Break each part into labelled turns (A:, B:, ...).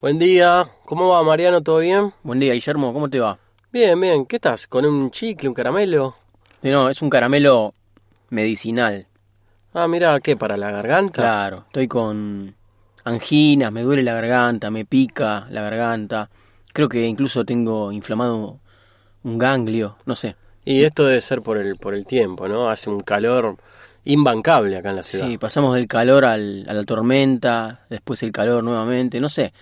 A: Buen día, ¿cómo va Mariano? ¿Todo bien?
B: Buen día, Guillermo, ¿cómo te va?
A: Bien, bien, ¿qué estás? ¿Con un chicle, un caramelo?
B: Eh, No, es un caramelo medicinal.
A: Ah, mira, ¿qué? ¿Para la garganta?
B: Claro, estoy con anginas, me duele la garganta, me pica la garganta. Creo que incluso tengo inflamado un ganglio, no sé.
A: Y esto debe ser por el, por el tiempo, ¿no? Hace un calor imbancable acá en la ciudad.
B: Sí, pasamos del calor al- a la tormenta, después el calor nuevamente, no sé.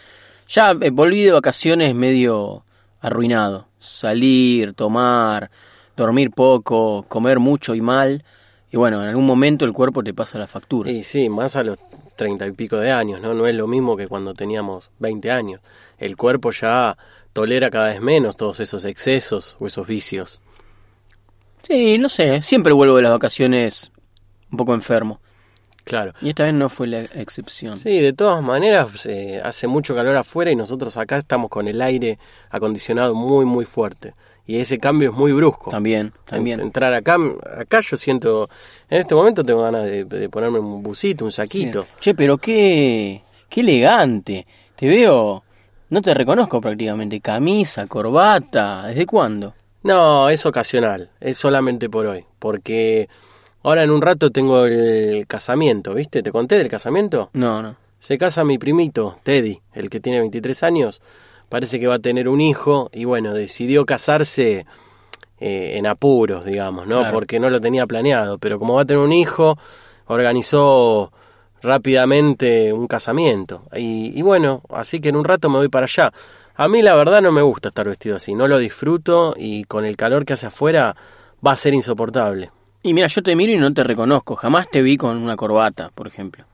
B: Ya eh, volví de vacaciones medio arruinado. Salir, tomar, dormir poco, comer mucho y mal. Y bueno, en algún momento el cuerpo te pasa la factura.
A: Y sí, más a los treinta y pico de años, ¿no? No es lo mismo que cuando teníamos veinte años. El cuerpo ya tolera cada vez menos todos esos excesos o esos vicios.
B: Sí, no sé, siempre vuelvo de las vacaciones un poco enfermo.
A: Claro.
B: Y esta vez no fue la excepción.
A: Sí, de todas maneras, eh, hace mucho calor afuera y nosotros acá estamos con el aire acondicionado muy, muy fuerte. Y ese cambio es muy brusco.
B: También, también.
A: Ent- Entrar acá, acá yo siento, en este momento tengo ganas de, de ponerme un busito, un saquito.
B: Che, pero qué, qué elegante. Te veo, no te reconozco prácticamente. Camisa, corbata, ¿desde cuándo?
A: No, es ocasional, es solamente por hoy, porque ahora en un rato tengo el casamiento, ¿viste? ¿Te conté del casamiento?
B: No, no.
A: Se casa mi primito, Teddy, el que tiene 23 años. Parece que va a tener un hijo y bueno, decidió casarse eh, en apuros, digamos, ¿no?
B: Claro.
A: Porque no lo tenía planeado, pero como va a tener un hijo, organizó rápidamente un casamiento. Y, y bueno, así que en un rato me voy para allá. A mí la verdad no me gusta estar vestido así, no lo disfruto y con el calor que hace afuera va a ser insoportable.
B: Y mira, yo te miro y no te reconozco. Jamás te vi con una corbata, por ejemplo.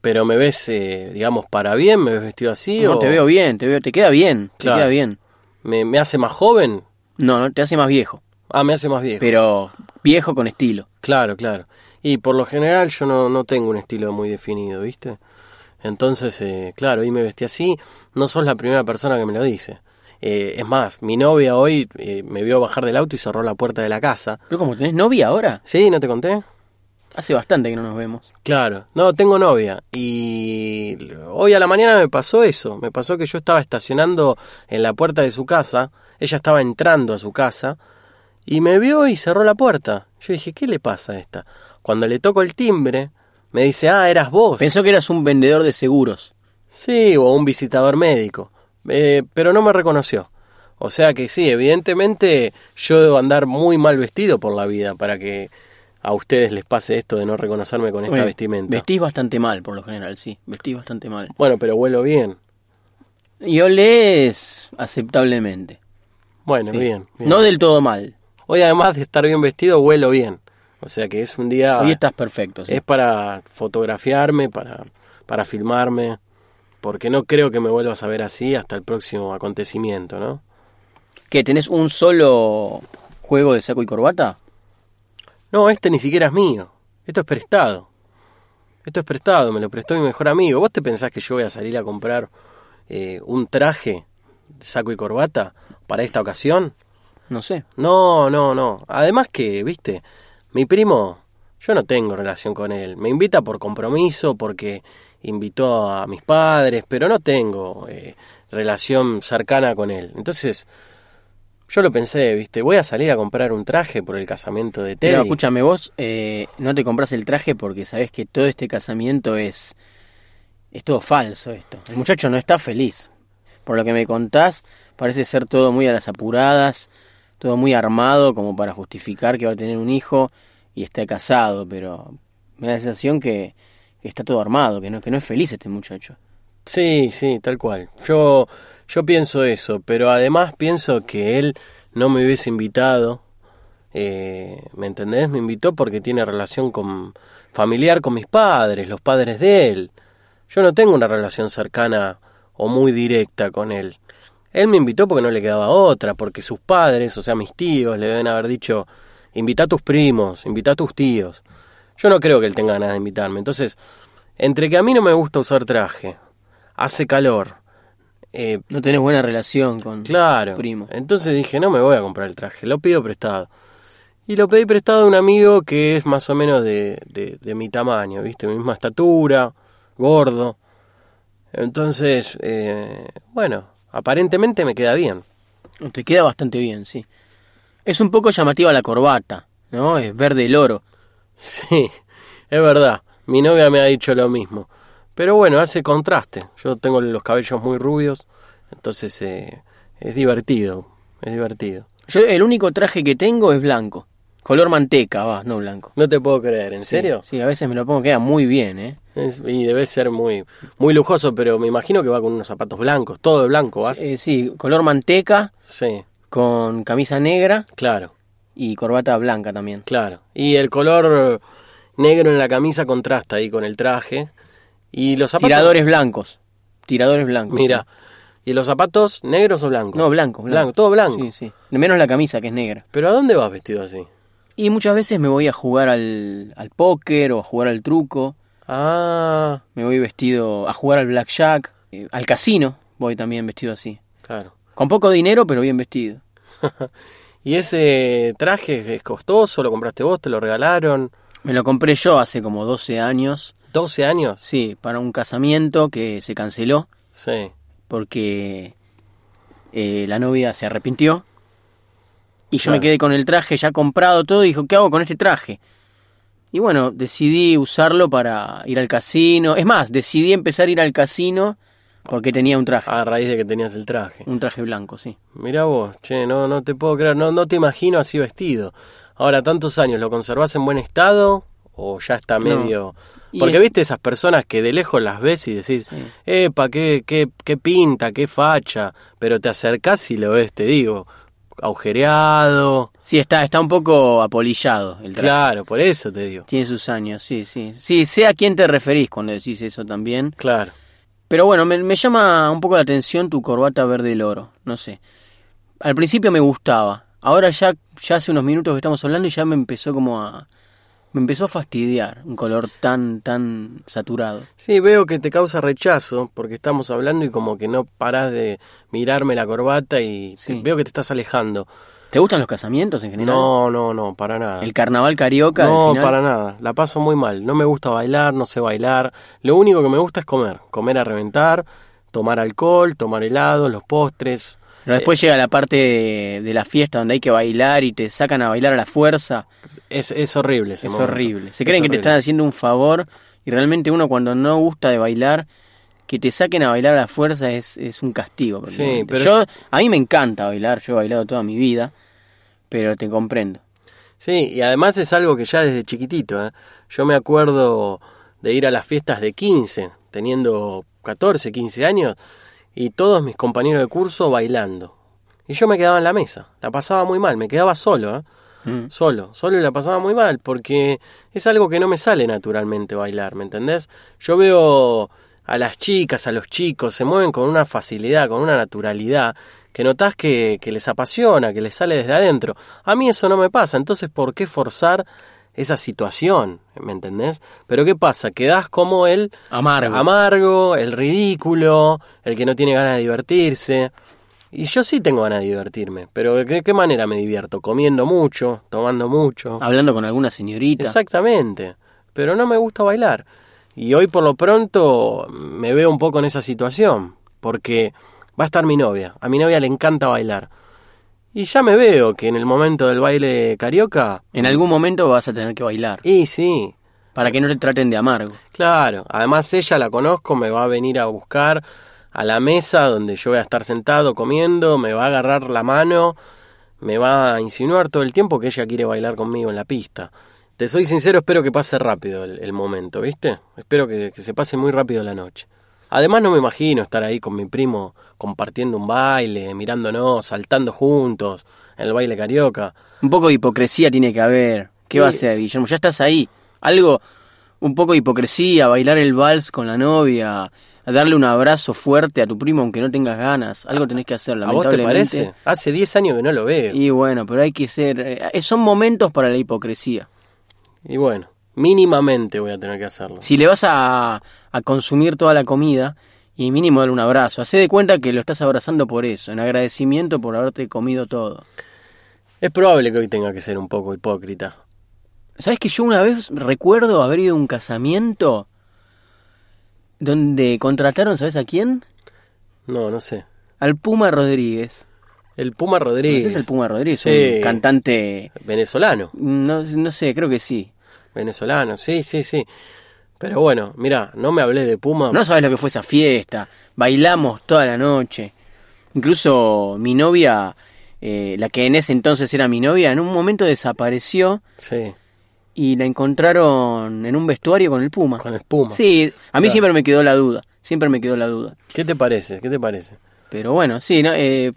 A: Pero me ves, eh, digamos, para bien, me ves vestido así
B: No,
A: o
B: te veo bien, te veo, te queda bien,
A: Claro.
B: te queda bien.
A: me- me hace más joven,
B: No, no, te hace más viejo.
A: Ah, me hace más viejo.
B: Pero viejo con estilo.
A: Claro, claro. Y por lo general yo no, no tengo un estilo muy definido, ¿viste? Entonces, eh, claro, y me vestí así. No sos la primera persona que me lo dice. Eh, es más, mi novia hoy eh, me vio bajar del auto y cerró la puerta de la casa.
B: Pero como tenés novia ahora,
A: ¿Sí? ¿No te conté?
B: hace bastante que no nos vemos.
A: Claro, no, tengo novia y hoy a la mañana me pasó eso, me pasó que yo estaba estacionando en la puerta de su casa, ella estaba entrando a su casa y me vio y cerró la puerta. Yo dije, ¿qué le pasa a esta? Cuando le toco el timbre, me dice, ah, eras vos.
B: Pensó que eras un vendedor de seguros.
A: Sí, o un visitador médico, Eh, pero no me reconoció. O sea que sí, evidentemente yo debo andar muy mal vestido por la vida para que a ustedes les pase esto de no reconocerme con esta
B: Bueno,
A: vestimenta.
B: Vestís bastante mal, por lo general, sí. Vestís bastante mal.
A: Bueno, pero huelo bien.
B: Y olés aceptablemente.
A: Bueno,
B: sí.
A: bien, bien.
B: No del todo mal.
A: Hoy además de estar bien vestido, huelo bien. O sea que es un día...
B: Hoy estás perfecto. sí.
A: Ah. Es para fotografiarme, para, para filmarme, porque no creo que me vuelvas a ver así hasta el próximo acontecimiento, ¿no?
B: ¿Qué? ¿Tenés un solo juego de saco y corbata?
A: No, este ni siquiera es mío. Esto es prestado. Esto es prestado, me lo prestó mi mejor amigo. ¿Vos te pensás que yo voy a salir a comprar eh, un traje, saco y corbata, para esta ocasión?
B: No sé.
A: No, no, no. Además que, viste, mi primo, yo no tengo relación con él. Me invita por compromiso, porque invitó a mis padres, pero no tengo eh, relación cercana con él. Entonces, yo lo pensé, viste, voy a salir a comprar un traje por el casamiento de Teddy.
B: Pero escúchame, vos eh, no te compras el traje porque sabés que todo este casamiento es. Es todo falso esto. El muchacho no está feliz. Por lo que me contás, parece ser todo muy a las apuradas, todo muy armado como para justificar que va a tener un hijo y está casado, pero me da la sensación que, que está todo armado, que no, que no es feliz este muchacho.
A: Sí, sí, tal cual. Yo, yo pienso eso, pero además pienso que él no me hubiese invitado. eh, ¿me entendés? Me invitó porque tiene relación con familiar con mis padres, los padres de él. Yo no tengo una relación cercana o muy directa con él. Él me invitó porque no le quedaba otra, porque sus padres, o sea, mis tíos, le deben haber dicho, invita a tus primos, invita a tus tíos. Yo no creo que él tenga ganas de invitarme. Entonces, entre que a mí no me gusta usar traje, hace calor, eh,
B: No tenés buena relación con
A: Claro.
B: tu primo.
A: Entonces dije, no me voy a comprar el traje, lo pido prestado. Y lo pedí prestado a un amigo que es más o menos de, de- de mi tamaño, ¿viste? Mi misma estatura, gordo. Entonces, eh, bueno, aparentemente me queda bien.
B: Te queda bastante bien, sí. Es un poco llamativa la corbata, ¿no? Es verde el oro.
A: Sí, es verdad. Mi novia me ha dicho lo mismo. Pero bueno, hace contraste. Yo tengo los cabellos muy rubios, entonces eh, es divertido. Es divertido.
B: Yo el único traje que tengo es blanco. Color manteca, va, no blanco.
A: No te puedo creer, ¿en serio?
B: Sí, a veces me lo pongo, queda muy bien, ¿eh?
A: Es- y debe ser muy, muy lujoso, pero me imagino que va con unos zapatos blancos, todo de blanco, ¿vas?
B: Eh, sí, color manteca
A: Sí,
B: con camisa negra
A: claro,
B: y corbata blanca también.
A: claro. Y el color negro en la camisa contrasta ahí con el traje. Y los zapatos.
B: Tiradores blancos. Tiradores blancos.
A: Mira. ¿Y los zapatos negros o blancos?
B: No, blanco, blanco.
A: Blanco, todo blanco.
B: Sí, sí. Menos la camisa que es negra.
A: Pero ¿a dónde vas vestido así?
B: Y muchas veces me voy a jugar al, al póker o a jugar al truco.
A: Ah,
B: Me voy vestido a jugar al blackjack. eh, al casino voy también vestido así.
A: claro.
B: Con poco dinero, pero bien vestido.
A: ¿Y ese traje es costoso? ¿Lo compraste vos? ¿Te lo regalaron?
B: Me lo compré yo hace como 12 años.
A: ¿12 años?
B: Sí, para un casamiento que se canceló
A: Sí.
B: porque eh, la novia se arrepintió. Y yo
A: Claro.
B: me quedé con el traje ya comprado todo y dijo, ¿qué hago con este traje? Y bueno, decidí usarlo para ir al casino. Es más, decidí empezar a ir al casino porque tenía un traje.
A: A raíz de que tenías el traje.
B: Un traje blanco, sí.
A: Mirá vos, che, no, no te puedo creer, no, no te imagino así vestido. Ahora, tantos años, ¿lo conservás en buen estado? ¿O ya está
B: No.
A: medio...?
B: Y
A: Porque
B: es-
A: viste esas personas que de lejos las ves y decís, epa, qué, qué, qué pinta, qué facha, pero te acercás y lo ves, te digo, agujereado.
B: Sí, está, está un poco apolillado el traje.
A: Claro, por eso te digo.
B: Tiene sus años, sí, sí. Sí, sé a quién te referís cuando decís eso también.
A: Claro.
B: Pero bueno, me, me llama un poco la atención tu corbata verde el oro, no sé. Al principio me gustaba, ahora ya, ya hace unos minutos que estamos hablando y ya me empezó como a... Me empezó a fastidiar un color tan, tan saturado.
A: Sí, veo que te causa rechazo porque estamos hablando y como que no parás de mirarme la corbata y te-
B: Sí.
A: veo que te estás alejando.
B: ¿Te gustan los casamientos en general?
A: No, no, no, para nada.
B: El carnaval carioca.
A: no,
B: al final?
A: para nada. La paso muy mal. No me gusta bailar, no sé bailar. Lo único que me gusta es comer. Comer a reventar, tomar alcohol, tomar helado, los postres.
B: Pero después llega la parte de, de la fiesta donde hay que bailar y te sacan a bailar a la fuerza.
A: Es, es horrible ese
B: Es
A: momento.
B: horrible. Se
A: Es
B: creen que te
A: horrible.
B: están haciendo un favor y realmente uno cuando no gusta de bailar, que te saquen a bailar a la fuerza es, es un castigo. prácticamente.
A: Sí, pero
B: yo, A mí me encanta bailar, yo he bailado toda mi vida, pero te comprendo.
A: Sí, y además es algo que ya desde chiquitito. ¿eh? Yo me acuerdo de ir a las fiestas de 15, teniendo 14, 15 años, y todos mis compañeros de curso bailando. Y yo me quedaba en la mesa, la pasaba muy mal, me quedaba solo, ¿eh?
B: Mm.
A: solo, solo y la pasaba muy mal, porque es algo que no me sale naturalmente bailar, ¿me entendés? Yo veo a las chicas, a los chicos, se mueven con una facilidad, con una naturalidad, que notás que, que les apasiona, que les sale desde adentro. A mí eso no me pasa, entonces ¿por qué forzar esa situación? ¿Me entendés? Pero ¿qué pasa? Quedás como el
B: Amargo.
A: amargo, el ridículo, el que no tiene ganas de divertirse. Y yo sí tengo ganas de divertirme, pero ¿de qué, qué manera me divierto? Comiendo mucho, tomando mucho.
B: Hablando con alguna señorita.
A: Exactamente, pero no me gusta bailar. Y hoy por lo pronto me veo un poco en esa situación, porque va a estar mi novia, a mi novia le encanta bailar. Y ya me veo que en el momento del baile carioca,
B: En algún momento vas a tener que bailar
A: y sí,
B: para que no te traten de amargo.
A: Claro, además ella la conozco, me va a venir a buscar a la mesa donde yo voy a estar sentado comiendo, me va a agarrar la mano, me va a insinuar todo el tiempo que ella quiere bailar conmigo en la pista. Te soy sincero, espero que pase rápido el, el momento, ¿viste? Espero que, que se pase muy rápido la noche. Además no me imagino estar ahí con mi primo compartiendo un baile, mirándonos, saltando juntos, en el baile carioca.
B: Un poco de hipocresía tiene que haber. ¿Qué va a
A: Sí.
B: ser, Guillermo? Ya estás ahí. Algo, un poco de hipocresía, bailar el vals con la novia, darle un abrazo fuerte a tu primo aunque no tengas ganas. Algo tenés que hacer,
A: ¿A vos te
B: lamentablemente.
A: parece? Hace 10 años que no lo veo.
B: Y bueno, pero hay que ser... eh, son momentos para la hipocresía.
A: Y bueno, mínimamente voy a tener que hacerlo.
B: Si le vas a, a consumir toda la comida, y mínimo darle un abrazo. Hacé de cuenta que lo estás abrazando por eso, en agradecimiento por haberte comido todo.
A: Es probable que hoy tenga que ser un poco hipócrita.
B: ¿Sabes que yo una vez recuerdo haber ido a un casamiento donde contrataron, ¿sabes a quién?
A: No, no sé.
B: Al Puma Rodríguez.
A: El Puma Rodríguez.
B: ¿No Este es el Puma Rodríguez?
A: Sí.
B: Un cantante...
A: Venezolano.
B: No, no sé, creo que sí.
A: Venezolano, sí, sí, sí. Pero bueno, mira, no me hablé de Puma.
B: No sabes lo que fue esa fiesta. Bailamos toda la noche. Incluso mi novia, eh, la que en ese entonces era mi novia, en un momento desapareció
A: Sí,
B: y la encontraron en un vestuario con el Puma.
A: con el Puma.
B: Sí, a mí
A: Claro.
B: siempre me quedó la duda. Siempre me quedó la duda.
A: ¿Qué te parece? ¿Qué te parece?
B: Pero bueno, sí, no, eh,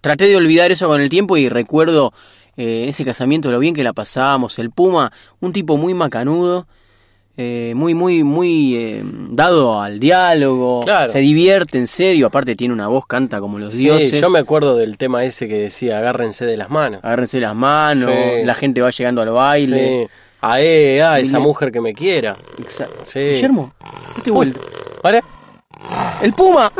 B: traté de olvidar eso con el tiempo y recuerdo eh, ese casamiento, lo bien que la pasábamos. El Puma, un tipo muy macanudo, eh, muy, muy, muy eh, dado al diálogo.
A: Claro.
B: Se divierte en serio, aparte tiene una voz, canta como los
A: Sí,
B: dioses.
A: yo me acuerdo del tema ese que decía, agárrense de las manos.
B: Agárrense las manos,
A: Sí.
B: la gente va llegando al baile.
A: Sí. Ae, a esa
B: Mira.
A: mujer que me quiera.
B: Exacto.
A: Sí.
B: Guillermo, date vuelta.
A: ¿Vale?
B: ¡El Puma!